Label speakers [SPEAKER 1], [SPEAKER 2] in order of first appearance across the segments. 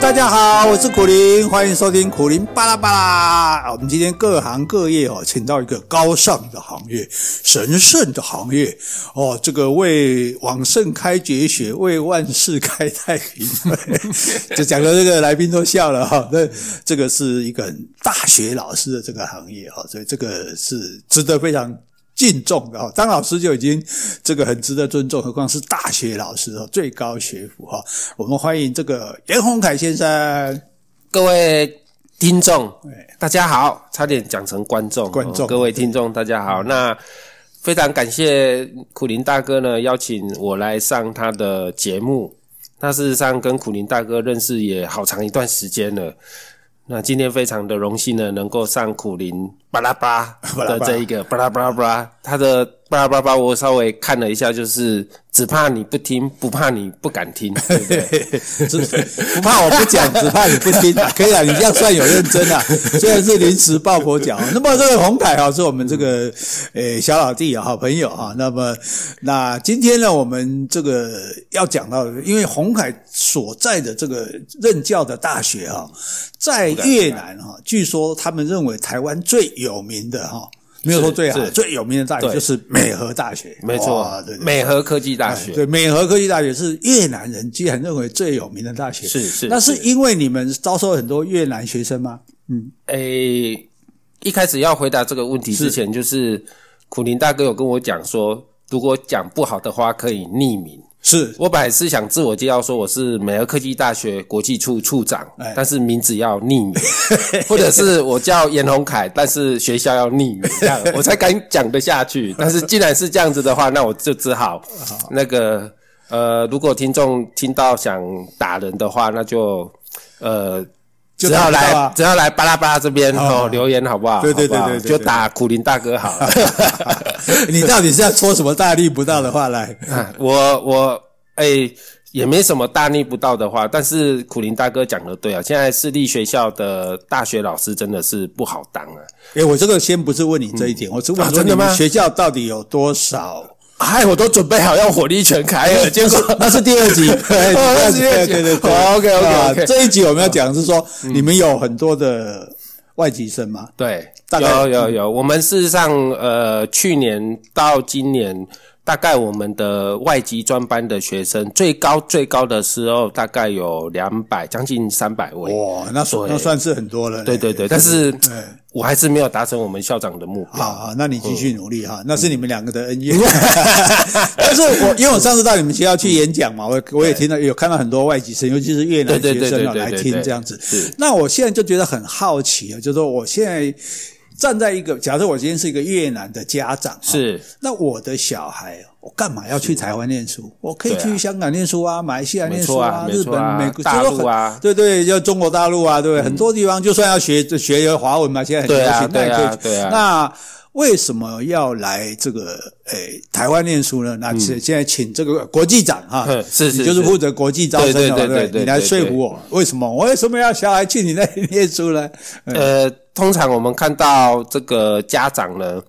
[SPEAKER 1] 大家好，我是苦林，欢迎收听苦林巴拉巴拉。我们今天各行各业哦，请到一个高尚的行业、神圣的行业哦，这个为往圣开绝学，为万世开太平。就讲到这个，来宾都笑了哈、哦那这个是一个很大学老师的这个行业哈、所以这个是值得非常敬重的哈、当老师就已经这个很值得尊重，何况是大学老师哦，最高学府哈、我们欢迎这个严宏凯先生，
[SPEAKER 2] 各位听众
[SPEAKER 1] 哎，
[SPEAKER 2] 大家好，差点讲成观众，哦
[SPEAKER 1] 观众嗯
[SPEAKER 2] 各位听众大家好。那非常感谢苦林大哥呢，邀请我来上他的节目。那事实上跟苦林大哥认识也好长一段时间了。那今天非常的荣幸呢，能够上苦林巴拉巴
[SPEAKER 1] 巴
[SPEAKER 2] 拉
[SPEAKER 1] 拉
[SPEAKER 2] 的
[SPEAKER 1] 巴
[SPEAKER 2] 这一个巴拉巴拉巴拉，他的巴拉巴拉巴拉，我稍微看了一下，就是只怕你不听，不怕你不敢听，对不 对？
[SPEAKER 1] 只不怕我不讲，只怕你不听。可以啊，你这样算有认真啊。虽然是临时抱佛脚，那么这个洪凯啊，是我们这个呃小老弟啊，好朋友啊。那么那今天呢，我们这个要讲到的，因为洪凯所在的这个任教的大学啊，在越南哈、据说他们认为台湾最有名的哈、啊没有说最好
[SPEAKER 2] 是，
[SPEAKER 1] 最有名的大学
[SPEAKER 2] 对
[SPEAKER 1] 就是美和大学，
[SPEAKER 2] 没错
[SPEAKER 1] 哇对，对
[SPEAKER 2] 美和科技大学
[SPEAKER 1] 对，美和科技大学是越南人居然认为最有名的大学，
[SPEAKER 2] 是是
[SPEAKER 1] 那是因为你们招收很多越南学生吗？
[SPEAKER 2] 诶、一开始要回答这个问题之前，就是苦林大哥有跟我讲说，如果讲不好的话可以匿名。
[SPEAKER 1] 是
[SPEAKER 2] 我本来是想自我介绍说我是美俄科技大学国际处处长，
[SPEAKER 1] 哎
[SPEAKER 2] 但是名字要匿名，或者是我叫严宏凯，但是学校要匿名，这样我才敢讲得下去。但是既然是这样子的话，那我就只好那个呃，如果听众听到想打人的话，那就呃。
[SPEAKER 1] 就
[SPEAKER 2] 只
[SPEAKER 1] 打
[SPEAKER 2] 要
[SPEAKER 1] 不到
[SPEAKER 2] 来
[SPEAKER 1] 啊，
[SPEAKER 2] 只要来巴拉巴拉这边
[SPEAKER 1] 好
[SPEAKER 2] 哦，留言好不好？
[SPEAKER 1] 对对对
[SPEAKER 2] 好不好
[SPEAKER 1] 对对对
[SPEAKER 2] 就打苦林大哥好了。
[SPEAKER 1] 你到底是要说什么大逆不道的话来？
[SPEAKER 2] 啊 我我哎、也没什么大逆不道的话，但是苦林大哥讲的对啊，现在私立学校的大学老师真的是不好当啊。
[SPEAKER 1] 哎，我这个先不是问你这一点，我是问
[SPEAKER 2] 啊
[SPEAKER 1] 说
[SPEAKER 2] 真
[SPEAKER 1] 你
[SPEAKER 2] 的吗
[SPEAKER 1] 们学校到底有多少？
[SPEAKER 2] 哎，我都准备好要火力全开 了，结果哦
[SPEAKER 1] 那是第二 集，哎对
[SPEAKER 2] 那是第二集
[SPEAKER 1] 对对对对
[SPEAKER 2] 哦，OK，OK，OK 嗯
[SPEAKER 1] 啊这一集我们要讲是说你们有很多的外籍生吗？
[SPEAKER 2] 对，
[SPEAKER 1] 大概
[SPEAKER 2] 有有有，我们事实上呃，去年到今年，大概我们的外籍专班的学生最高最高的时候，大概有两百，将近三百位。
[SPEAKER 1] 哇，那算
[SPEAKER 2] 对
[SPEAKER 1] 那算是很多了。
[SPEAKER 2] 对对对，但是
[SPEAKER 1] 哎
[SPEAKER 2] 我还是没有达成我们校长的目标。
[SPEAKER 1] 好好，那你继续努力哈，那是
[SPEAKER 2] 嗯
[SPEAKER 1] 你们两个的 恩怨。 但是我因为我上次到你们学校去演讲嘛，我我也听到有看到很多外籍生，尤其是越南
[SPEAKER 2] 对
[SPEAKER 1] 学
[SPEAKER 2] 对对
[SPEAKER 1] 生啊
[SPEAKER 2] 对对
[SPEAKER 1] 来
[SPEAKER 2] 对
[SPEAKER 1] 听
[SPEAKER 2] 对
[SPEAKER 1] 这样子
[SPEAKER 2] 是。
[SPEAKER 1] 那我现在就觉得很好奇啊，就是说我现在站在一个，假设我今天是一个越南的家长，，啊
[SPEAKER 2] 是
[SPEAKER 1] 那我的小孩我干嘛要去台湾念书？我可以
[SPEAKER 2] 啊对啊
[SPEAKER 1] 去香港念书啊，马来西亚念书
[SPEAKER 2] 没
[SPEAKER 1] 日
[SPEAKER 2] 错
[SPEAKER 1] 本
[SPEAKER 2] 啊、
[SPEAKER 1] 美
[SPEAKER 2] 没
[SPEAKER 1] 国、
[SPEAKER 2] 错啊
[SPEAKER 1] 就是
[SPEAKER 2] 大陆啊嗯
[SPEAKER 1] 很对对，就中国大陆啊，对不对？很多地方就算要学学华文嘛，现在很流行，
[SPEAKER 2] 对
[SPEAKER 1] 那
[SPEAKER 2] 啊
[SPEAKER 1] 也可以去
[SPEAKER 2] 对啊对啊
[SPEAKER 1] 那为什么要来这个诶台湾念书呢？那现现在请这个国际长哈
[SPEAKER 2] 嗯， 是是
[SPEAKER 1] 你就是负责国际招生
[SPEAKER 2] 对
[SPEAKER 1] 的，
[SPEAKER 2] 对
[SPEAKER 1] 对
[SPEAKER 2] 对
[SPEAKER 1] 不
[SPEAKER 2] 对对
[SPEAKER 1] 你来
[SPEAKER 2] 对
[SPEAKER 1] 说
[SPEAKER 2] 对
[SPEAKER 1] 服我，为什么我为什么要小孩去你那里念书呢？
[SPEAKER 2] 呃，通常我们看到这个家长呢，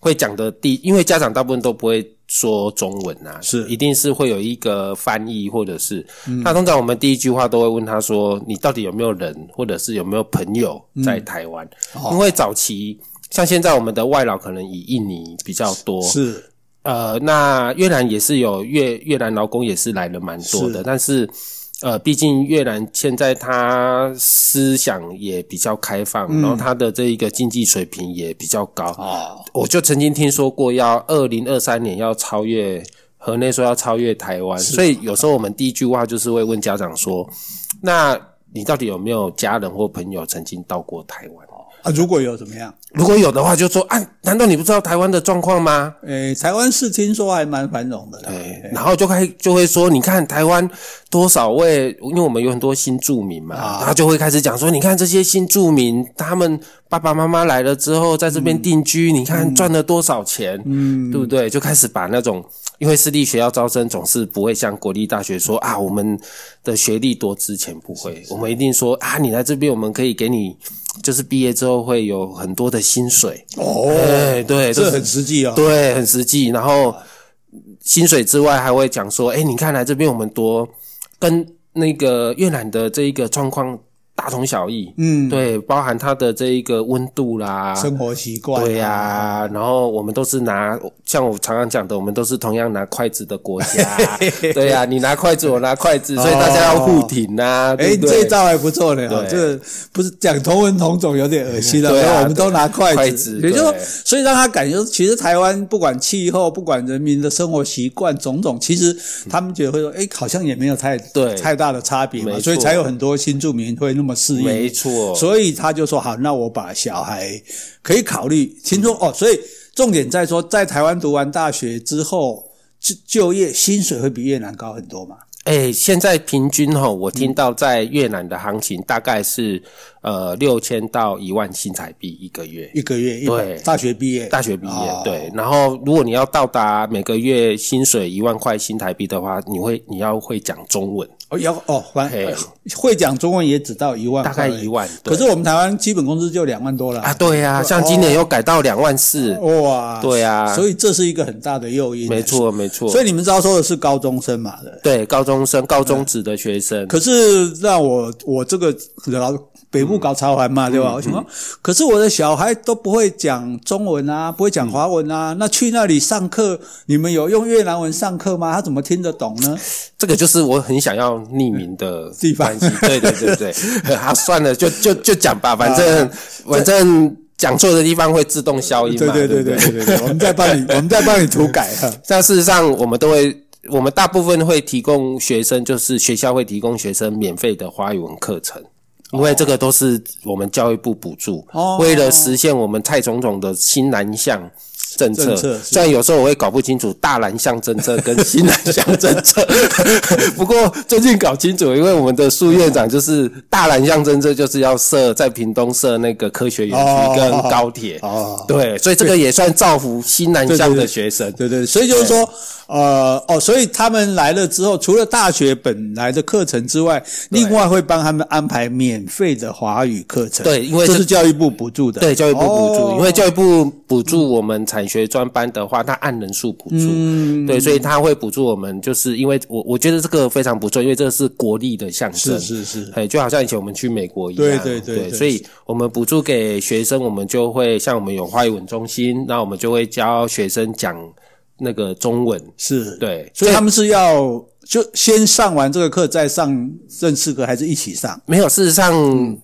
[SPEAKER 2] 会讲的第，因为家长大部分都不会说中文啊，
[SPEAKER 1] 是嗯
[SPEAKER 2] 一定是会有一个翻译或者是，那通常我们第一句话都会问他说，你到底有没有人或者是有没有朋友
[SPEAKER 1] 嗯
[SPEAKER 2] 在台湾？
[SPEAKER 1] 哦
[SPEAKER 2] 因为早期像现在我们的外劳可能以印尼比较多，
[SPEAKER 1] 是
[SPEAKER 2] 呃，那越南也是有越越南劳工也是来了蛮多的，
[SPEAKER 1] 是
[SPEAKER 2] 但是呃，毕竟越南现在它思想也比较开放，
[SPEAKER 1] 嗯
[SPEAKER 2] 然后它的这一个经济水平也比较高。
[SPEAKER 1] 哦，
[SPEAKER 2] 我就曾经听说过要二零二三年要超越河内，说要超越台湾，所以有时候我们第一句话就是会问家长说，那你到底有没有家人或朋友曾经到过台湾？
[SPEAKER 1] 啊，如果有怎么样？
[SPEAKER 2] 如果有的话，就说啊，难道你不知道台湾的状况吗？
[SPEAKER 1] 诶，台湾是听说还蛮繁荣的啦，
[SPEAKER 2] 对，然后就开就会说，你看台湾多少位，因为我们有很多新住民嘛，然后就会开始讲说，你看这些新住民，他们爸爸妈妈来了之后，在这边定居，你看赚了多少钱，嗯，对不对？就开始把那种，因为私立学校招生总是不会像国立大学说啊，我们的学历多值钱，不会，我们一定说啊，你来这边，我们可以给你，就是毕业之后会有很多的薪水，
[SPEAKER 1] 哦，
[SPEAKER 2] 对对，
[SPEAKER 1] 这
[SPEAKER 2] 是
[SPEAKER 1] 很实际哦。
[SPEAKER 2] 哎对，很实际。然后薪水之外，还会讲说，哎，你看来这边我们多跟那个越南的这一个状况大同小异，
[SPEAKER 1] 嗯，
[SPEAKER 2] 对，包含它的这一个温度啦，
[SPEAKER 1] 生活啊习惯、
[SPEAKER 2] 啊对呀、然后我们都是拿，像我常常讲的，我们都是同样拿筷子的 国家，对呀、你拿筷子，我拿筷子，所以大家要互挺呐、
[SPEAKER 1] 哦哎、
[SPEAKER 2] 对
[SPEAKER 1] 你
[SPEAKER 2] 不
[SPEAKER 1] 这
[SPEAKER 2] 对？
[SPEAKER 1] 一招还不错呢，哦
[SPEAKER 2] 对
[SPEAKER 1] 这个不是讲同文同种有点恶心了，
[SPEAKER 2] 对啊
[SPEAKER 1] 然后我们都拿筷子，
[SPEAKER 2] 筷子
[SPEAKER 1] 也就是说
[SPEAKER 2] 对
[SPEAKER 1] 所以让他感觉，其实台湾不管气候，不管人民的生活习惯种种，其实他们觉得会说，哎、好像也没有太
[SPEAKER 2] 对
[SPEAKER 1] 太大的差别嘛，
[SPEAKER 2] 没
[SPEAKER 1] 所以
[SPEAKER 2] 错
[SPEAKER 1] 才有很多新住民会那么适应，
[SPEAKER 2] 没错，
[SPEAKER 1] 所以他就说好，那我把小孩可以考虑听说
[SPEAKER 2] 嗯
[SPEAKER 1] 哦，所以重点在说，在台湾读完大学之后，就就业薪水会比越南高很多嘛？
[SPEAKER 2] 哎、现在平均哈、我
[SPEAKER 1] 嗯
[SPEAKER 2] 听到在越南的行情大概是、呃六千到一万新台币一个月。
[SPEAKER 1] 一个月，一
[SPEAKER 2] 对
[SPEAKER 1] 大学毕业，
[SPEAKER 2] 大学毕业，
[SPEAKER 1] 哦
[SPEAKER 2] 对，然后如果你要到达每个月薪水一万块新台币的话，你会你要会讲中文，
[SPEAKER 1] 哦，要哦，反
[SPEAKER 2] 嘿
[SPEAKER 1] 会讲中文也只到一万，
[SPEAKER 2] 大概一。万。对
[SPEAKER 1] 可是哦我们台湾基本工资就两万多了
[SPEAKER 2] 啊，对呀、像今年又改到两万四、
[SPEAKER 1] 哦哇，
[SPEAKER 2] 对啊
[SPEAKER 1] 所以这是一个很大的诱因，啊
[SPEAKER 2] 没。错没错。
[SPEAKER 1] 所以你们招收的是高中生嘛？对不对。
[SPEAKER 2] 对高中生、高
[SPEAKER 1] 嗯
[SPEAKER 2] 中职的学生，
[SPEAKER 1] 可是那我我这个老北部搞潮玩
[SPEAKER 2] 嗯
[SPEAKER 1] 嘛，对吧？我想说，可是我的小孩都不会讲中文啊，不会讲华文啊，
[SPEAKER 2] 嗯
[SPEAKER 1] 那去那里上课，你们有用越南文上课吗？他怎么听得懂呢？
[SPEAKER 2] 这个就是我很想要匿名的
[SPEAKER 1] 地方
[SPEAKER 2] 关系。对对对 对，啊，算了，就就就讲吧，反正、反正讲错的地方会自动消音
[SPEAKER 1] 对
[SPEAKER 2] 嘛。
[SPEAKER 1] 对
[SPEAKER 2] 对
[SPEAKER 1] 对
[SPEAKER 2] 不
[SPEAKER 1] 对对对，我们在帮你， 我们在帮你涂改啊哈。
[SPEAKER 2] 但事实上，我们都会，我们大部分会提供学生，就是学校会提供学生免费的华语文课程，因为这个都是我们教育部补助，
[SPEAKER 1] 哦
[SPEAKER 2] 为了实现我们蔡总统的新南向。政策
[SPEAKER 1] 政策是
[SPEAKER 2] 虽然有时候我会搞不清楚大南向政策跟新南向政 策，不过最近搞清楚，因为我们的苏院长就是大南向政策就是要设在屏东设那个科学园
[SPEAKER 1] 哦
[SPEAKER 2] 区跟高铁，
[SPEAKER 1] 哦
[SPEAKER 2] 对，所以这个也算造福新南
[SPEAKER 1] 对对
[SPEAKER 2] 向
[SPEAKER 1] 对
[SPEAKER 2] 的学生，
[SPEAKER 1] 对对，所以就是说，呃，哦，所以他们来了之后，除了大学本来的课程之外，另外会帮他们安排免费的华语课程。
[SPEAKER 2] 对因为
[SPEAKER 1] 这
[SPEAKER 2] 这
[SPEAKER 1] 是教育部补助的。
[SPEAKER 2] 对，教育部补助，
[SPEAKER 1] 哦
[SPEAKER 2] 因为教育部补助我们产学专班的话，它按人数补助，
[SPEAKER 1] 嗯
[SPEAKER 2] 对，所以它会补助我们，就是因为我我觉得这个非常不错，因为这是国力的象征，
[SPEAKER 1] 是是是，
[SPEAKER 2] 哎，就好像以前我们去美国一样，
[SPEAKER 1] 对对对
[SPEAKER 2] 对
[SPEAKER 1] 对
[SPEAKER 2] 所以我们补助给学生，我们就会像我们有华语文中心，那我们就会教学生讲那个中文，
[SPEAKER 1] 嗯是，
[SPEAKER 2] 对，
[SPEAKER 1] 所以他们是要就先上完这个课，再上正式课，还是一起上？
[SPEAKER 2] 没有，事实上。
[SPEAKER 1] 嗯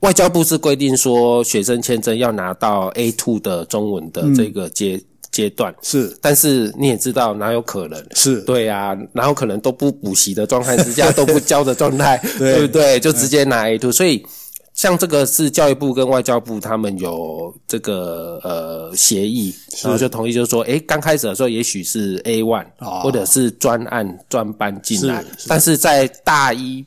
[SPEAKER 2] 外交部是规定说，学生签证要拿到 A two 的中文的
[SPEAKER 1] 嗯
[SPEAKER 2] 这个阶、阶段，
[SPEAKER 1] 是
[SPEAKER 2] 但是你也知道，哪有可能？
[SPEAKER 1] 是，
[SPEAKER 2] 对啊，哪有可能都不补习的状态之下，都不教的状态，
[SPEAKER 1] 对
[SPEAKER 2] 对不对？就直接拿 A two，所以。像这个是教育部跟外交部他们有这个呃协议，然后就同意，就是说，诶，刚开始的时候也许是 A one、
[SPEAKER 1] 哦
[SPEAKER 2] 或者是专案专班进来
[SPEAKER 1] 是，
[SPEAKER 2] 但是在大一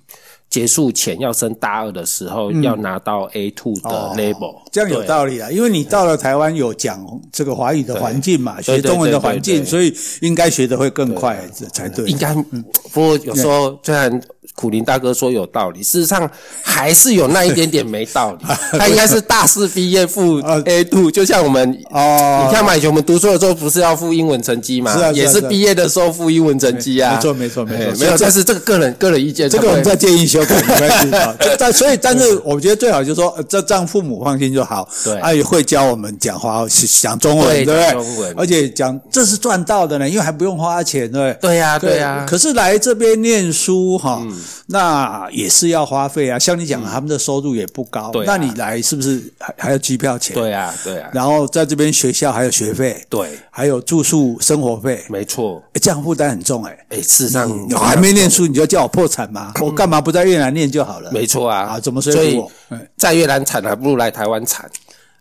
[SPEAKER 2] 结束前要升大二的时候，
[SPEAKER 1] 嗯
[SPEAKER 2] 要拿到 A two 的
[SPEAKER 1] 哦
[SPEAKER 2] label，、
[SPEAKER 1] 这样有道理啊，因为你到了台湾有讲哦这个华语的环境嘛，
[SPEAKER 2] 对
[SPEAKER 1] 学中文的环境，
[SPEAKER 2] 对对对
[SPEAKER 1] 所以应该学的会更快这才对
[SPEAKER 2] 应。该，
[SPEAKER 1] 嗯
[SPEAKER 2] 不过有时候虽然苦林大哥说有道理，事实上还是有那一点点没道 理。他应该是大四毕业付
[SPEAKER 1] 啊
[SPEAKER 2] A two，就像我们，
[SPEAKER 1] 哦，
[SPEAKER 2] 你看嘛，以前我们读书的时候不是要付英文成绩嘛
[SPEAKER 1] 是啊是啊，
[SPEAKER 2] 也是
[SPEAKER 1] 是啊
[SPEAKER 2] 毕业的时候付英文成绩啊。
[SPEAKER 1] 没错没错没错所
[SPEAKER 2] 哎
[SPEAKER 1] 以
[SPEAKER 2] 没有。
[SPEAKER 1] 这
[SPEAKER 2] 但是这个个人个人意见，
[SPEAKER 1] 这个我们再建议修改，没关系 啊。这但所以，但是我觉得最好就是说，呃这这样父母放心就好。
[SPEAKER 2] 对
[SPEAKER 1] 阿姨会教我们讲话，讲中文，对
[SPEAKER 2] 对
[SPEAKER 1] 不对？
[SPEAKER 2] 讲中文
[SPEAKER 1] 而且讲这是赚到的呢，因为还不用花钱，对不对？
[SPEAKER 2] 对呀对啊嗯呀，
[SPEAKER 1] 可是来这边念书哈，那也是要花费啊。像你讲的，他们的收入也不高，
[SPEAKER 2] 嗯对啊
[SPEAKER 1] 那你来是不是还还要机票钱？，
[SPEAKER 2] 对呀对呀，
[SPEAKER 1] 然后在这边学校还有学费，
[SPEAKER 2] 对，嗯
[SPEAKER 1] 还有住宿、生活费，
[SPEAKER 2] 没错。
[SPEAKER 1] 诶这样负担很重哎、
[SPEAKER 2] 哎，事实上
[SPEAKER 1] 我还没念书你就叫我破产吗？我干嘛不在越南念就好了？
[SPEAKER 2] 嗯没错啊
[SPEAKER 1] 啊，怎么说
[SPEAKER 2] 所以
[SPEAKER 1] 服我？哎
[SPEAKER 2] 在越南惨还不如来台湾惨。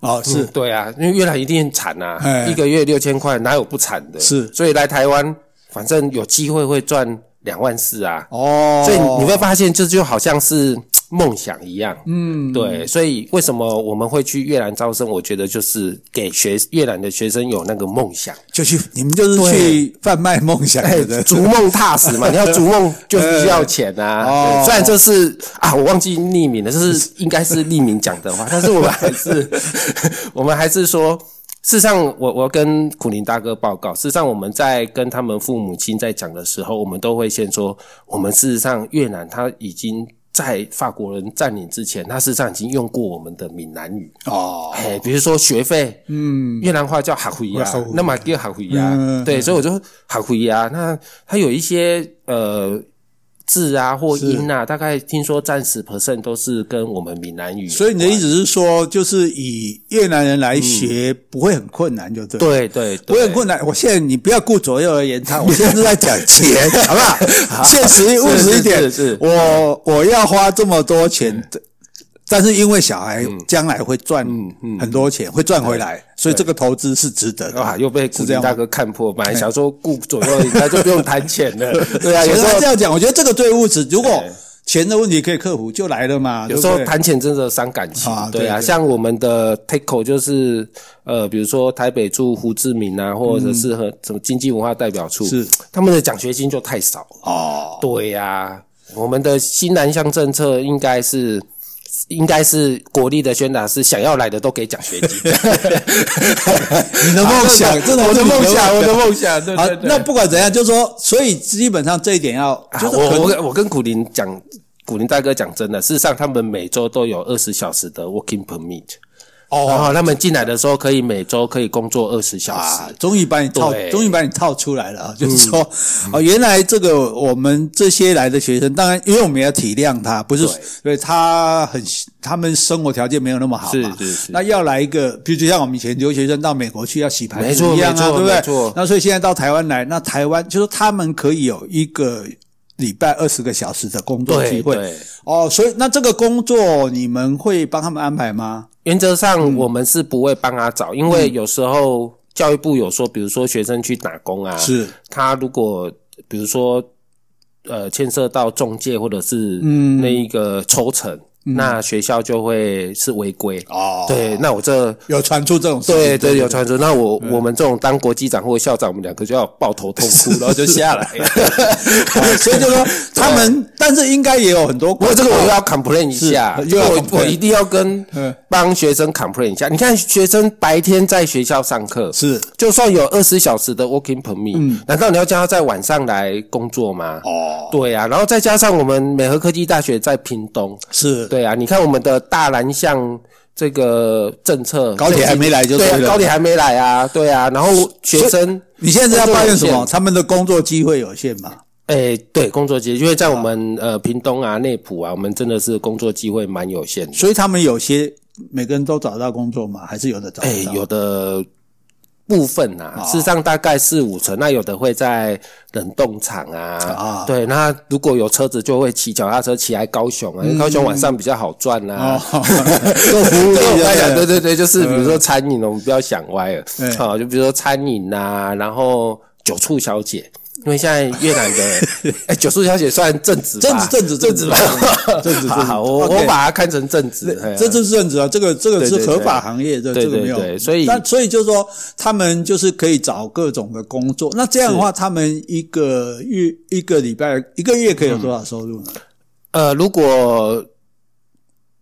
[SPEAKER 1] 哦，是
[SPEAKER 2] 嗯对啊，因为越南一定惨
[SPEAKER 1] 哎
[SPEAKER 2] 啊，一个月六千块，哪有不惨的？
[SPEAKER 1] 是
[SPEAKER 2] 所以来台湾，反正有机会会赚两万四啊。
[SPEAKER 1] 哦，
[SPEAKER 2] 所以你会发现，这就好像是嘖梦想一样。嗯，对。所以为什么我们会去越南招生？我觉得就是给学越南的学生有那个梦想，
[SPEAKER 1] 就去你们就是去贩卖梦想的人，
[SPEAKER 2] 逐梦踏实嘛。你要逐梦就是需要钱啊。
[SPEAKER 1] 哎哦
[SPEAKER 2] 对虽然这是啊，我忘记 匿名了，这是应该是匿名讲的话，但是我们还是我们还是说。事实上，我我要跟苦林大哥报告，事实上我们在跟他们父母亲在讲的时候，我们都会先说，我们事实上越南他已经在法国人占领之前，他事实上已经用过我们的闽南语，
[SPEAKER 1] 哦，
[SPEAKER 2] 哎，比如说学费，嗯，越南话叫哈回呀
[SPEAKER 1] 哈回，
[SPEAKER 2] 那么叫哈回呀
[SPEAKER 1] 嗯，
[SPEAKER 2] 对，所以我就哈回呀。啊那它有一些呃字啊或音啊，大概听说占十 percent 都是跟我们闽南语，
[SPEAKER 1] 所以你的意思是说，就是以越南人来学不会很困难，就对。，
[SPEAKER 2] 嗯对对
[SPEAKER 1] 不会很
[SPEAKER 2] 对，
[SPEAKER 1] 困难。我现在你不要顾左右而言 他，我现在是在讲钱，好不好？现实务实一点，
[SPEAKER 2] 是是是嗯
[SPEAKER 1] 我我要花这么多钱，但是因为小孩将来会赚很多钱，会赚回来，所以这个投资是值得的。
[SPEAKER 2] 嗯啊，又被
[SPEAKER 1] 是
[SPEAKER 2] 古
[SPEAKER 1] 这
[SPEAKER 2] 林
[SPEAKER 1] 样吗哎
[SPEAKER 2] 大哥看破，本来想说顾左右，人家就不用谈钱 了，对啊，有
[SPEAKER 1] 有
[SPEAKER 2] 时
[SPEAKER 1] 时
[SPEAKER 2] 候
[SPEAKER 1] 候这样讲，我觉得这个最务实。如果钱的问题可以克服，就来了嘛。
[SPEAKER 2] 有时候
[SPEAKER 1] 对不对
[SPEAKER 2] 谈钱真的伤感情，
[SPEAKER 1] 啊
[SPEAKER 2] 对啊，
[SPEAKER 1] 对对
[SPEAKER 2] 像我们的 Taco 就是呃，比如说台北驻胡志明啊，或者是和什么经济文化代表处，
[SPEAKER 1] 是
[SPEAKER 2] 他们的奖学金就太少了。
[SPEAKER 1] 哦，
[SPEAKER 2] 对呀、我们的新南向政策应该是。应该是国力的宣达是想要来的都给奖学 金，
[SPEAKER 1] 你的梦 想真的是
[SPEAKER 2] 我的
[SPEAKER 1] 你
[SPEAKER 2] 梦想，我的梦想， 对
[SPEAKER 1] 好
[SPEAKER 2] 对，对。
[SPEAKER 1] 那不管怎样，就是说，所以基本上这一点要，
[SPEAKER 2] 啊
[SPEAKER 1] 就，是
[SPEAKER 2] 我
[SPEAKER 1] 可
[SPEAKER 2] 我
[SPEAKER 1] 能
[SPEAKER 2] 跟我跟古林讲，古林大哥讲真的，事实上他们每周都有二十小时的 working permit，然
[SPEAKER 1] 哦
[SPEAKER 2] 后他们进来的时候可以每周可以工作二十小时。
[SPEAKER 1] 啊，终于把你套，
[SPEAKER 2] 对嗯
[SPEAKER 1] 终于把你套出来了啊！就是说，哦，原来这个我们这些来的学生，当然，因为我们要体谅他，不是，所以他很，他们生活条件没有那么好嘛，
[SPEAKER 2] 是是是
[SPEAKER 1] 那要来一个，比如就像我们以前留学生到美国去要洗牌
[SPEAKER 2] 没
[SPEAKER 1] 子
[SPEAKER 2] 错
[SPEAKER 1] 一样啊，
[SPEAKER 2] 没错
[SPEAKER 1] 对不
[SPEAKER 2] 没
[SPEAKER 1] 对
[SPEAKER 2] 错？
[SPEAKER 1] 那所以现在到台湾来，那台湾就是他们可以有一个礼拜二十个小时的工作
[SPEAKER 2] 对
[SPEAKER 1] 机会
[SPEAKER 2] 对
[SPEAKER 1] 哦，所以那这个工作你们会帮他们安排吗？
[SPEAKER 2] 原则
[SPEAKER 1] 嗯
[SPEAKER 2] 上我们是不会帮他找，因为有时候教育部有说，比如说学生去打工啊，
[SPEAKER 1] 是
[SPEAKER 2] 他如果比如说呃牵涉到中介或者是
[SPEAKER 1] 嗯
[SPEAKER 2] 那一个抽成，那学校就会是违规。
[SPEAKER 1] 哦，
[SPEAKER 2] 对，那我这
[SPEAKER 1] 有传出这种事情，
[SPEAKER 2] 对对，有传说。那我
[SPEAKER 1] 嗯
[SPEAKER 2] 我们这种当国机长或校长，我们两个就要抱头痛哭，然后就下 来了。
[SPEAKER 1] 所以就说他们，但是应该也有很多
[SPEAKER 2] 不
[SPEAKER 1] 管
[SPEAKER 2] 过
[SPEAKER 1] 道。
[SPEAKER 2] 这个我又要 complain 一下，
[SPEAKER 1] 是又要
[SPEAKER 2] 我
[SPEAKER 1] complain
[SPEAKER 2] 我一定要跟
[SPEAKER 1] 嗯
[SPEAKER 2] 帮学生 complain 一下。你看，学生白天在学校上课，
[SPEAKER 1] 是嗯
[SPEAKER 2] 就算有二十小时的 working permit，难道你要叫他在晚上来工作吗？
[SPEAKER 1] 哦，
[SPEAKER 2] 对啊，然后再加上我们美和科技大学在屏东，
[SPEAKER 1] 是
[SPEAKER 2] 对啊，你看我们的大南向这个政策，
[SPEAKER 1] 高铁还没来就
[SPEAKER 2] 对啊
[SPEAKER 1] 对，了
[SPEAKER 2] 高铁还没来啊，对啊，然后学生。
[SPEAKER 1] 你现在在抱怨什
[SPEAKER 2] 工作
[SPEAKER 1] 么？
[SPEAKER 2] 有限
[SPEAKER 1] 他们的工作机会有限嘛？
[SPEAKER 2] 诶、哎对，工作机会，因为在我们、呃屏东啊、内埔啊，我们真的是工作机会蛮有限的。
[SPEAKER 1] 所以他们有些每个人都找到工作嘛，还是有的找
[SPEAKER 2] 诶、
[SPEAKER 1] 不到。
[SPEAKER 2] 哎有的部分啊，
[SPEAKER 1] 哦
[SPEAKER 2] 事实上大概四五成，那有的会在冷冻厂啊，
[SPEAKER 1] 啊
[SPEAKER 2] 对，那如果有车子就会骑脚踏车骑来高雄啊，因为高雄晚上比较好赚啊。
[SPEAKER 1] 哦， 做服务
[SPEAKER 2] 对我
[SPEAKER 1] 业
[SPEAKER 2] 刚才讲，
[SPEAKER 1] 的，
[SPEAKER 2] 对对对，就是比如说餐饮，我们不要想歪了
[SPEAKER 1] 嗯，
[SPEAKER 2] 好、就比如说餐饮呐、然后酒醋小姐，因为现在越南的， 哎、酒醋小姐算正职吧，
[SPEAKER 1] 政治政治政治吧，政治政治。
[SPEAKER 2] 好好，我
[SPEAKER 1] OK
[SPEAKER 2] 我把它看成正职，嘿啊
[SPEAKER 1] 这这是政治啊，这个这个
[SPEAKER 2] 对
[SPEAKER 1] 是
[SPEAKER 2] 对对
[SPEAKER 1] 合法行业，这
[SPEAKER 2] 对
[SPEAKER 1] 这个
[SPEAKER 2] 对
[SPEAKER 1] 没有。
[SPEAKER 2] 对所以
[SPEAKER 1] 但所以就是说，他们就是可以找各种的工作。那这样的话，他们一个月一个礼拜一个月可以有多少收入呢？
[SPEAKER 2] 呃，如果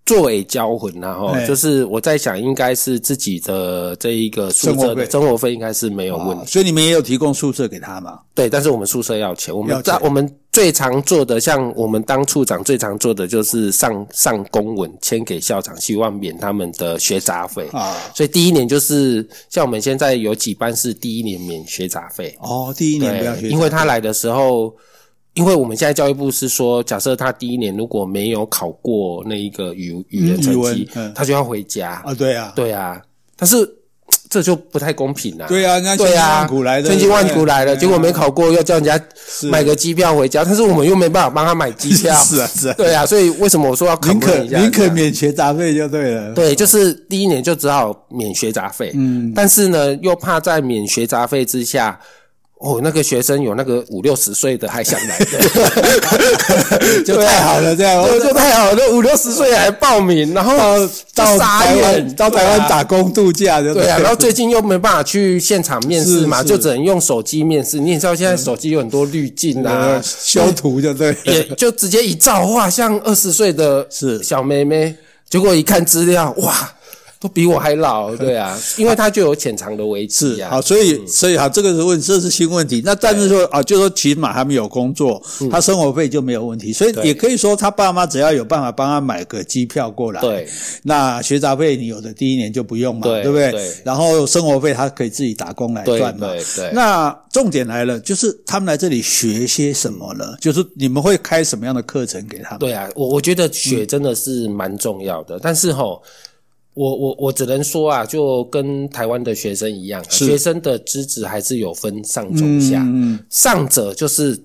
[SPEAKER 2] 作为交魂然后
[SPEAKER 1] 嘿
[SPEAKER 2] 就是我在想，应该是自己的这一个宿
[SPEAKER 1] 生活
[SPEAKER 2] 舍的
[SPEAKER 1] 费
[SPEAKER 2] 生活费哦应该是没有问
[SPEAKER 1] 啊
[SPEAKER 2] 题，
[SPEAKER 1] 所以你们也有提供宿舍给他嘛？
[SPEAKER 2] 对，但是我们宿舍要钱，我
[SPEAKER 1] 要
[SPEAKER 2] 们
[SPEAKER 1] 钱
[SPEAKER 2] 在我们最常做的，像我们当处长最常做的就是上上公文签给校长，希望免他们的学杂费。
[SPEAKER 1] 啊，
[SPEAKER 2] 所以第一年就是像我们现在有几班是第一年免学杂费，
[SPEAKER 1] 哦，第一年不要学
[SPEAKER 2] 对，
[SPEAKER 1] 杂，
[SPEAKER 2] 因为他来的时候，因为我们现在教育部是说，假设他第一年如果没有考过那一个语语言
[SPEAKER 1] 嗯语
[SPEAKER 2] 成
[SPEAKER 1] 文
[SPEAKER 2] 绩，
[SPEAKER 1] 嗯
[SPEAKER 2] 他就要回家。
[SPEAKER 1] 啊，对啊，
[SPEAKER 2] 对啊，但是这就不太公平啦。
[SPEAKER 1] 对啊，人家千
[SPEAKER 2] 对
[SPEAKER 1] 辛
[SPEAKER 2] 啊
[SPEAKER 1] 万苦来，的，
[SPEAKER 2] 千辛万苦来了，
[SPEAKER 1] 对啊
[SPEAKER 2] 结果没考过，要叫人家买个机票回家，但是我们又没办法帮他买机票。
[SPEAKER 1] 是啊是啊，
[SPEAKER 2] 对啊，所以为什么我说要考
[SPEAKER 1] 宁可
[SPEAKER 2] 一下？啊
[SPEAKER 1] 宁可免学杂费就对了。
[SPEAKER 2] 对，就是第一年就只好免学杂费，嗯，但是呢，又怕在免学杂费之下，哦，那个学生有那个五六十岁的还想来 的，
[SPEAKER 1] 就太好了这样
[SPEAKER 2] 对就太好了，那五六十岁还报名，然后
[SPEAKER 1] 啊到
[SPEAKER 2] 就傻
[SPEAKER 1] 台
[SPEAKER 2] 眼啊
[SPEAKER 1] 湾，到台湾打啊工度假就
[SPEAKER 2] 对啊，
[SPEAKER 1] 了
[SPEAKER 2] 然后最近又没办法去现场面试嘛，
[SPEAKER 1] 是是
[SPEAKER 2] 就只能用手机面试。你也知道现在手机有很多滤 镜啊
[SPEAKER 1] 呃，修图就对了，
[SPEAKER 2] 也 就直接一照，哇，像二十岁的
[SPEAKER 1] 是
[SPEAKER 2] 小妹妹，结果一看资料，哇，都比我还老，对啊，因为他就有潜藏的危机
[SPEAKER 1] 是
[SPEAKER 2] 啊。
[SPEAKER 1] 好，所以所以好，这个是问，这是新问题。那但是说啊，就说起码他们有工作，他生活费就没有问题，所以
[SPEAKER 2] 嗯对
[SPEAKER 1] 也可以说他爸妈只要有办法帮他买个机票过来，
[SPEAKER 2] 对，
[SPEAKER 1] 那学杂费你有的第一年就不用嘛，
[SPEAKER 2] 对
[SPEAKER 1] 不对？
[SPEAKER 2] 对
[SPEAKER 1] 然后生活费他可以自己打工来
[SPEAKER 2] 对
[SPEAKER 1] 赚嘛。
[SPEAKER 2] 对对
[SPEAKER 1] 那重点来了，就是他们来这里学些什么呢？就是你们会开什么样的课程给他们？
[SPEAKER 2] 对啊，我我觉得血
[SPEAKER 1] 嗯
[SPEAKER 2] 真的是蛮重要的，但是吼，我我我只能说啊，就跟台湾的学生一样，啊
[SPEAKER 1] 是
[SPEAKER 2] 学生的资质还是有分上中下，
[SPEAKER 1] 嗯
[SPEAKER 2] 上者就是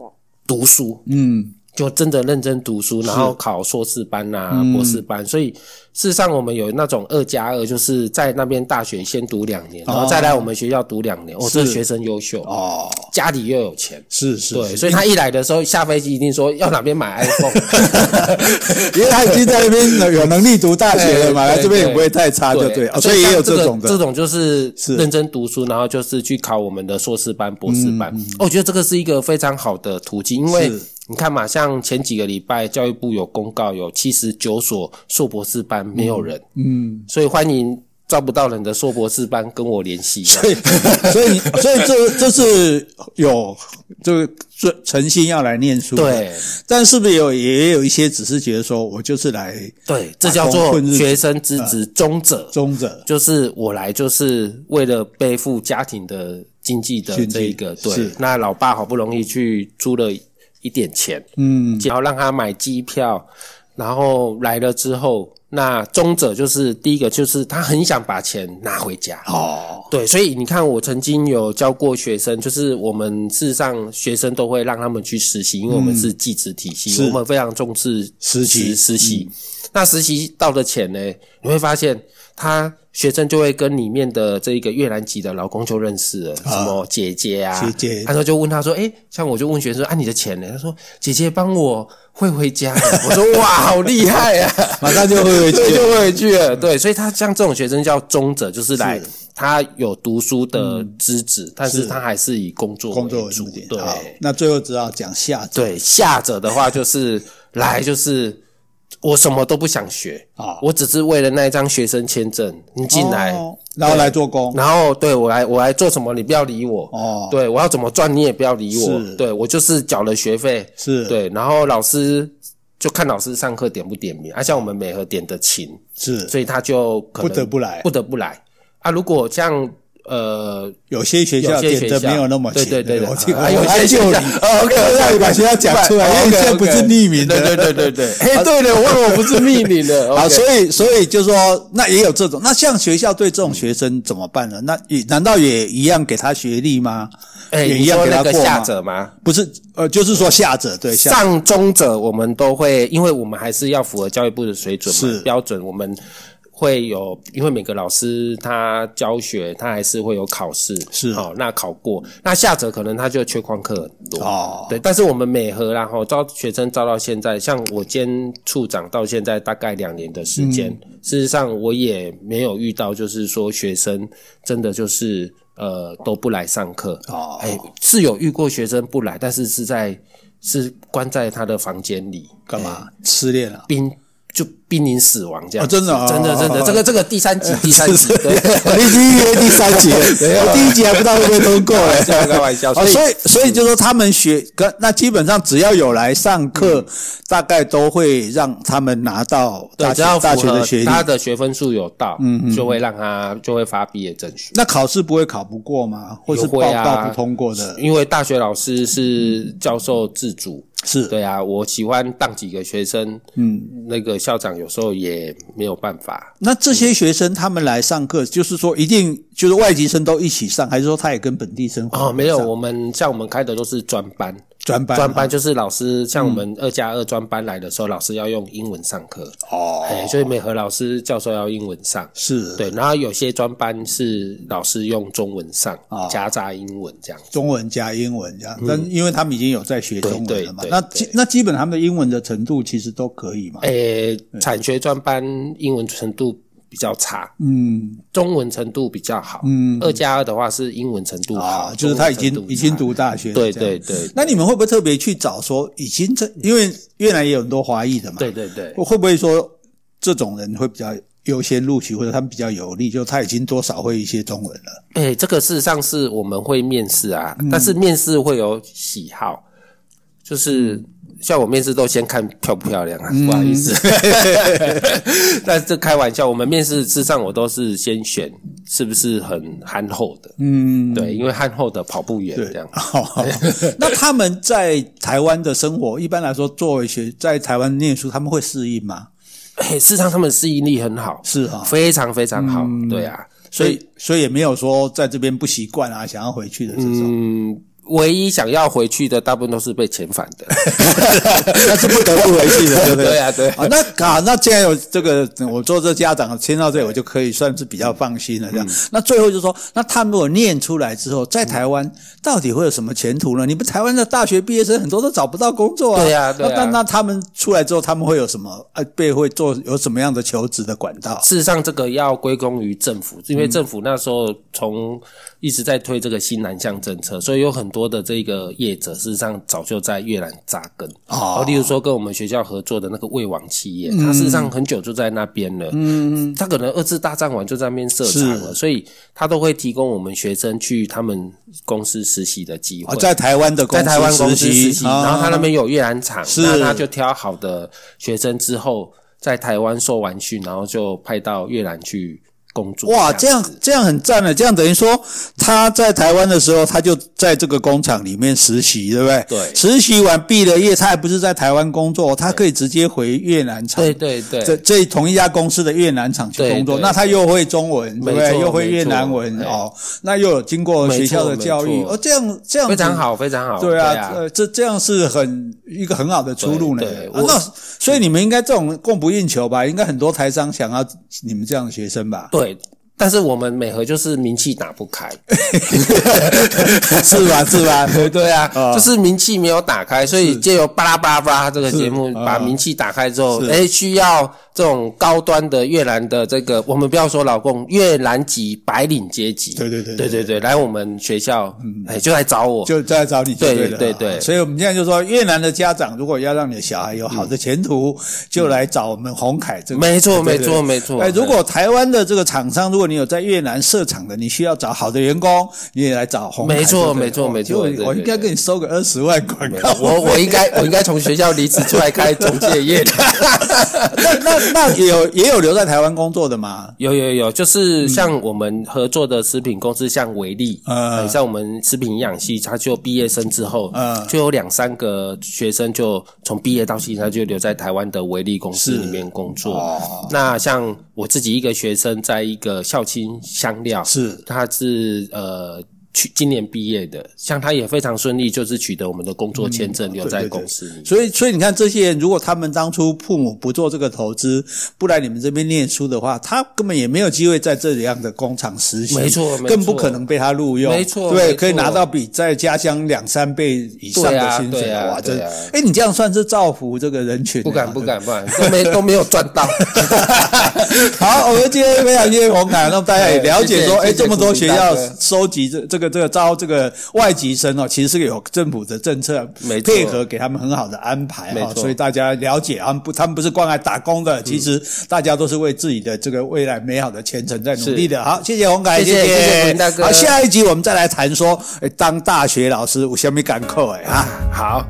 [SPEAKER 2] 读书，
[SPEAKER 1] 嗯，
[SPEAKER 2] 就真的认真读书，然后考硕士班呐、
[SPEAKER 1] 嗯
[SPEAKER 2] 博士班。所以事实上，我们有那种二加二，就是在那边大学先读两年，然后再来我们学校读两年。哦，这
[SPEAKER 1] 哦是
[SPEAKER 2] 学生优秀，
[SPEAKER 1] 哦，
[SPEAKER 2] 家里又有钱。
[SPEAKER 1] 是是，
[SPEAKER 2] 对，
[SPEAKER 1] 是
[SPEAKER 2] 所以他一来的时候，下飞机一定说要哪边 买 iPhone，
[SPEAKER 1] 因为他已经在那边有能力读大学了嘛，
[SPEAKER 2] 对对
[SPEAKER 1] 来这边也不会太差，就对。哦所以也有
[SPEAKER 2] 这
[SPEAKER 1] 这种
[SPEAKER 2] 这
[SPEAKER 1] 的，
[SPEAKER 2] 种就是
[SPEAKER 1] 是
[SPEAKER 2] 认真读书，然后就是去考我们的硕士班、博士班。哦，我觉得这个是一个非常好的途径，因为
[SPEAKER 1] 嗯是
[SPEAKER 2] 你看嘛，像前几个礼拜教育部有公告，有七十九所硕博士班没有人，
[SPEAKER 1] 嗯，
[SPEAKER 2] 所以欢迎招不到人的硕博士班跟我联系。
[SPEAKER 1] 对，所以所以这这是有这个诚心要来念书，
[SPEAKER 2] 对，
[SPEAKER 1] 但是不是有也有一些只是觉得说我就是来
[SPEAKER 2] 对，这
[SPEAKER 1] 打
[SPEAKER 2] 叫
[SPEAKER 1] 工
[SPEAKER 2] 做
[SPEAKER 1] 混日子啊
[SPEAKER 2] 学生资质中者。
[SPEAKER 1] 中者，
[SPEAKER 2] 就是我来就是为了背负家庭的经济的
[SPEAKER 1] 经济
[SPEAKER 2] 这一个，对
[SPEAKER 1] 是，
[SPEAKER 2] 那老爸好不容易去租了一点钱，
[SPEAKER 1] 嗯，
[SPEAKER 2] 然后让他买机票，然后来了之后，那中者就是第一个就是他很想把钱拿回家。
[SPEAKER 1] 哦，
[SPEAKER 2] 对，所以你看，我曾经有教过学生，就是我们事实上学生都会让他们去实习，因为我们是技职体系，
[SPEAKER 1] 嗯是
[SPEAKER 2] 我们非常重视
[SPEAKER 1] 实习嗯
[SPEAKER 2] 实习。那实习到的钱呢，你会发现他学生就会跟里面的这个越南籍的老公就认识了，什么姐姐啊，
[SPEAKER 1] 姐姐
[SPEAKER 2] 他说就问他说，诶、像我就问学生说，啊，你的钱呢？他说姐姐帮我汇回家了。我说哇，好厉害啊！
[SPEAKER 1] 马上就会
[SPEAKER 2] 对，
[SPEAKER 1] 去，
[SPEAKER 2] 就回去了。对，所以他像这种学生叫中者，就是来他有读书的资质，但是他还是以工作
[SPEAKER 1] 嗯工作为
[SPEAKER 2] 主
[SPEAKER 1] 目的。好
[SPEAKER 2] 对，
[SPEAKER 1] 那最后只好讲下集
[SPEAKER 2] 对，下者的话就是来就是我什么都不想学
[SPEAKER 1] 啊
[SPEAKER 2] 我只是为了那一张学生签证，你进来。
[SPEAKER 1] 哦然后来做工，
[SPEAKER 2] 然后对我来，我来做什么？你不要理我。
[SPEAKER 1] 哦
[SPEAKER 2] 对我要怎么赚，你也不要理
[SPEAKER 1] 是
[SPEAKER 2] 我。对我就是缴了学费，
[SPEAKER 1] 是
[SPEAKER 2] 对。然后老师就看老师上课点不点名，啊，像我们美和点的勤，
[SPEAKER 1] 是
[SPEAKER 2] 所以他就可能
[SPEAKER 1] 不得不来
[SPEAKER 2] 不得不来啊。如果像呃，
[SPEAKER 1] 有些学
[SPEAKER 2] 有
[SPEAKER 1] 校
[SPEAKER 2] 些
[SPEAKER 1] 点
[SPEAKER 2] 学
[SPEAKER 1] 的
[SPEAKER 2] 校
[SPEAKER 1] 没有那么
[SPEAKER 2] 对
[SPEAKER 1] 勤，
[SPEAKER 2] 对对对，
[SPEAKER 1] 我听
[SPEAKER 2] 啊有
[SPEAKER 1] 我还
[SPEAKER 2] 些
[SPEAKER 1] 救
[SPEAKER 2] 学校
[SPEAKER 1] 你。
[SPEAKER 2] 哦，OK，
[SPEAKER 1] 让你把学校讲出来因为现在不是匿名的
[SPEAKER 2] 对对 对对对。哎，对了，我问我不是匿名的，
[SPEAKER 1] 啊，
[SPEAKER 2] OK
[SPEAKER 1] 所以所以就说，那也有这种，那像学校对这种学生怎么办呢？那也难道也一样给他学历吗？
[SPEAKER 2] 哎，
[SPEAKER 1] 也
[SPEAKER 2] 你
[SPEAKER 1] 一样
[SPEAKER 2] 说
[SPEAKER 1] 给
[SPEAKER 2] 那
[SPEAKER 1] 他
[SPEAKER 2] 个
[SPEAKER 1] 过
[SPEAKER 2] 下
[SPEAKER 1] 吗？
[SPEAKER 2] 者吗？
[SPEAKER 1] 不是，呃，就是说下者对下
[SPEAKER 2] 上中者我们都会，因为我们还是要符合教育部的水准
[SPEAKER 1] 是
[SPEAKER 2] 嘛标准，我们会有，因为每个老师他教学，他还是会有考试，
[SPEAKER 1] 是
[SPEAKER 2] 好、那考过，那下者可能他就缺旷课很多
[SPEAKER 1] 哦
[SPEAKER 2] 对，但是我们美和然后招学生招到现在，像我兼处长到现在大概两年的时间，
[SPEAKER 1] 嗯
[SPEAKER 2] 事实上我也没有遇到，就是说学生真的就是呃都不来上课
[SPEAKER 1] 哦
[SPEAKER 2] 哎、是有遇过学生不来，但是是在是关在他的房间里
[SPEAKER 1] 干嘛？
[SPEAKER 2] 哎
[SPEAKER 1] 失恋了？
[SPEAKER 2] 濒就濒临死亡这
[SPEAKER 1] 哦
[SPEAKER 2] 样子、
[SPEAKER 1] 真的哦
[SPEAKER 2] 真的真的，
[SPEAKER 1] 哦
[SPEAKER 2] 这个这个第 三集第三集
[SPEAKER 1] 是
[SPEAKER 2] 对。
[SPEAKER 1] 我已经约第三 集了，我第一集还不知道会不会通过
[SPEAKER 2] 开
[SPEAKER 1] 哎
[SPEAKER 2] 玩。笑， 开玩笑。嗯
[SPEAKER 1] 哦，所以所以就说他们学，可那基本上只要有来上课，大概都会让他们拿到
[SPEAKER 2] 对，
[SPEAKER 1] 大
[SPEAKER 2] 只
[SPEAKER 1] 学
[SPEAKER 2] 要符
[SPEAKER 1] 大学
[SPEAKER 2] 合
[SPEAKER 1] 的学历。嗯
[SPEAKER 2] 他的学分数有到，就会让他就会发毕业证书。
[SPEAKER 1] 那考试不会考不过吗？或是
[SPEAKER 2] 有
[SPEAKER 1] 报
[SPEAKER 2] 会啊
[SPEAKER 1] 报不通过的？
[SPEAKER 2] 因为大学老师是教授自主，
[SPEAKER 1] 是
[SPEAKER 2] 对啊，我喜欢当几个学生，嗯，那个校长有时候也没有办法。
[SPEAKER 1] 那这
[SPEAKER 2] 嗯
[SPEAKER 1] 些学生他们来上课，就是说一定就是外籍生都一起上，还是说他也跟本地生
[SPEAKER 2] 哦，没有，
[SPEAKER 1] 上
[SPEAKER 2] 我们像我们开的都是专班，
[SPEAKER 1] 专班嗯
[SPEAKER 2] 专班就是老师，像我们二加二专班来的时候，老师要用英文上课，
[SPEAKER 1] 哦，
[SPEAKER 2] 哎，所以美和老师教授要英文上。
[SPEAKER 1] 是
[SPEAKER 2] 对，然后有些专班是老师用中文上，
[SPEAKER 1] 哦
[SPEAKER 2] 夹杂英文这样。
[SPEAKER 1] 中文加英文这样，但因为他们已经有在学中文了嘛，
[SPEAKER 2] 嗯对对对哎
[SPEAKER 1] 那基那基本他们的英文的程度其实都可以嘛。
[SPEAKER 2] 诶、产学专班英文程度比较差，
[SPEAKER 1] 嗯，
[SPEAKER 2] 中文程度比较好。嗯，二加二的话是英文程度好，
[SPEAKER 1] 啊，就是他已经
[SPEAKER 2] 中文程度
[SPEAKER 1] 已经
[SPEAKER 2] 差。
[SPEAKER 1] 读大学，
[SPEAKER 2] 对对。嗯对
[SPEAKER 1] 那你们会不会特别去找说已经在，因为越南也有很多华裔的嘛，
[SPEAKER 2] 对对对，
[SPEAKER 1] 会不会说这种人会比较优先录取，或者他们比较有利，就他已经多少会一些中文了。
[SPEAKER 2] 哎、这个事实上是我们会面试啊，
[SPEAKER 1] 嗯
[SPEAKER 2] 但是面试会有喜好，
[SPEAKER 1] 嗯
[SPEAKER 2] 就是像我面试都先看漂不漂亮啊，不好意思，
[SPEAKER 1] 嗯
[SPEAKER 2] 但这开玩笑，我们面试事实上我都是先选是不是很憨厚的，嗯，对，因为憨厚的跑不远
[SPEAKER 1] 对
[SPEAKER 2] 这样，，
[SPEAKER 1] 好 那他们在台湾的生活，一般来说，作为学在台湾念书，他们会适应吗？
[SPEAKER 2] 哎、事实上他们适应力很好，
[SPEAKER 1] 是嗯啊，
[SPEAKER 2] 非常非常好，对啊，
[SPEAKER 1] 所以所以也没有说在这边不习惯啊，想要回去的这种。
[SPEAKER 2] 唯一想要回去的大部分都是被遣返的，
[SPEAKER 1] 那是不得不回去的，对不对？
[SPEAKER 2] 对啊对啊
[SPEAKER 1] 啊，那啊，那既然有这个，我做这家长签到这里，我就可以算是比较放心了。
[SPEAKER 2] 嗯
[SPEAKER 1] 这样，那最后就说，那他们如果念出来之后，在台湾到底会有什么前途呢？你们台湾的大学毕业生很多都找不到工作啊。
[SPEAKER 2] 对啊对啊
[SPEAKER 1] 那那那他们出来之后，他们会有什么？呃，被会做有什么样的求职的管道？
[SPEAKER 2] 事实上，这个要归功于政府，
[SPEAKER 1] 嗯
[SPEAKER 2] 因为政府那时候从一直在推这个新南向政策，所以有很多的这个业者事实上早就在越南扎根。
[SPEAKER 1] 哦嗯
[SPEAKER 2] 例如说跟我们学校合作的那个魏网企业，它事实上很久就在那边了。嗯，它可能二次大战完就在那边设厂了，所以它都会提供我们学生去他们公司实习的机
[SPEAKER 1] 啊，
[SPEAKER 2] 会。
[SPEAKER 1] 在台湾的公
[SPEAKER 2] 在
[SPEAKER 1] 司
[SPEAKER 2] 台湾公司实习，
[SPEAKER 1] 啊
[SPEAKER 2] 然后他那边有越南厂，那他就挑好的学生之后，在台湾受完训，然后就派到越南去工作。
[SPEAKER 1] 哇，这
[SPEAKER 2] 样
[SPEAKER 1] 样这样很赞啊了，这样等于说他在台湾的时候，他就在这个工厂里面实习，对不对？
[SPEAKER 2] 对
[SPEAKER 1] 实习完毕了业，他还不是在台湾工作，他可以直接回越南厂。
[SPEAKER 2] 对对
[SPEAKER 1] 这
[SPEAKER 2] 对，
[SPEAKER 1] 这同一家公司的越南厂去工作，
[SPEAKER 2] 对对
[SPEAKER 1] 那他又会中文，对不
[SPEAKER 2] 没
[SPEAKER 1] 对？
[SPEAKER 2] 错
[SPEAKER 1] 又会越南文
[SPEAKER 2] 没错
[SPEAKER 1] 哦，那又有经过学校的教
[SPEAKER 2] 没
[SPEAKER 1] 育，
[SPEAKER 2] 错
[SPEAKER 1] 哦，这样这样子
[SPEAKER 2] 非常。好，非常好。
[SPEAKER 1] 对
[SPEAKER 2] 啊，
[SPEAKER 1] 啊，呃，这这样是很一个很好的出路呢。
[SPEAKER 2] 对对
[SPEAKER 1] 啊
[SPEAKER 2] 我
[SPEAKER 1] 那所以你们应该这种供不应求吧？应该很多台商想要你们这样的学生吧？
[SPEAKER 2] 对。但是我们美和就是名气打不开，
[SPEAKER 1] 是吧？是吧？
[SPEAKER 2] 对
[SPEAKER 1] 啊
[SPEAKER 2] 啊，就是名气没有打开，所以借由巴拉巴拉巴拉这个节目
[SPEAKER 1] 是啊
[SPEAKER 2] 把名气打开之后
[SPEAKER 1] 是，
[SPEAKER 2] 哎，需要这种高端的越南的这个，我们不要说劳工，越南籍白领阶级，
[SPEAKER 1] 对对对嗯
[SPEAKER 2] 对对对，来我们学校，哎，就来找我，
[SPEAKER 1] 就再找你就了。
[SPEAKER 2] 对对对对
[SPEAKER 1] 所以我们现在就说，越南的家长如果要让你的小孩有好的前途，就来找我们红凯这个。
[SPEAKER 2] 没错，
[SPEAKER 1] 对
[SPEAKER 2] 没
[SPEAKER 1] 对
[SPEAKER 2] 错，没错。
[SPEAKER 1] 哎，如果台湾的这个厂商，如果你有在越南设厂的，你需要找好的员工，你也来找红凯
[SPEAKER 2] 没错
[SPEAKER 1] 就对了
[SPEAKER 2] 没错
[SPEAKER 1] 哦
[SPEAKER 2] 没错
[SPEAKER 1] 就
[SPEAKER 2] 对对
[SPEAKER 1] 我应该
[SPEAKER 2] 对
[SPEAKER 1] 跟你收个二十万广告。
[SPEAKER 2] 我我应该我应该从学校离职出来开中介业的。
[SPEAKER 1] 那那 那也有也有留在台湾工作的嘛？
[SPEAKER 2] 有有有，就是像我们合作的食品公司，像维力，
[SPEAKER 1] 嗯
[SPEAKER 2] 呃，像我们食品营养系，他就毕业生之后，
[SPEAKER 1] 嗯
[SPEAKER 2] 就有两三个学生就从毕业到现在就留在台湾的维力公司里面工作。
[SPEAKER 1] 哦
[SPEAKER 2] 那像我自己一个学生，在一个孝亲香料，
[SPEAKER 1] 是
[SPEAKER 2] 他是呃。去今年毕业的，像他也非常顺利，就是取得我们的工作签证，留在
[SPEAKER 1] 对对
[SPEAKER 2] 公司里面。
[SPEAKER 1] 所以，所以你看，这些人如果他们当初父母不做这个投资，不来你们这边念书的话，他根本也没有机会在这样的工厂实习，
[SPEAKER 2] 没错没错
[SPEAKER 1] 更不可能被他录用，
[SPEAKER 2] 没错
[SPEAKER 1] 对，
[SPEAKER 2] 没错
[SPEAKER 1] 可以拿到比在家乡两三倍以上
[SPEAKER 2] 对
[SPEAKER 1] 的
[SPEAKER 2] 啊
[SPEAKER 1] 薪水，
[SPEAKER 2] 对啊
[SPEAKER 1] 哇，真
[SPEAKER 2] 对啊，
[SPEAKER 1] 哎，你这样算是造福这个人群，
[SPEAKER 2] 不敢
[SPEAKER 1] 哎
[SPEAKER 2] 不。敢不 敢，都没都没有赚到。
[SPEAKER 1] 好，我们今天非常谢谢红凯，让大家也了解说，
[SPEAKER 2] 哎谢谢
[SPEAKER 1] 哎，这么多学校
[SPEAKER 2] 谢谢顾大哥
[SPEAKER 1] 收集这这个这个招这个外籍生哦，其实是有政府的政策
[SPEAKER 2] 没错
[SPEAKER 1] 配合，给他们很好的安排
[SPEAKER 2] 没
[SPEAKER 1] 哈、
[SPEAKER 2] 错
[SPEAKER 1] 所以大家了解啊，他们不他们不是光来打工的，其
[SPEAKER 2] 嗯
[SPEAKER 1] 实大家都是为自己的这个未来美好的前程在努力的。好，谢谢红凯，
[SPEAKER 2] 谢谢谢谢顾大哥
[SPEAKER 1] 好，下一集我们再来谈说，哎，当大学老师有什么感慨啊？
[SPEAKER 2] 好，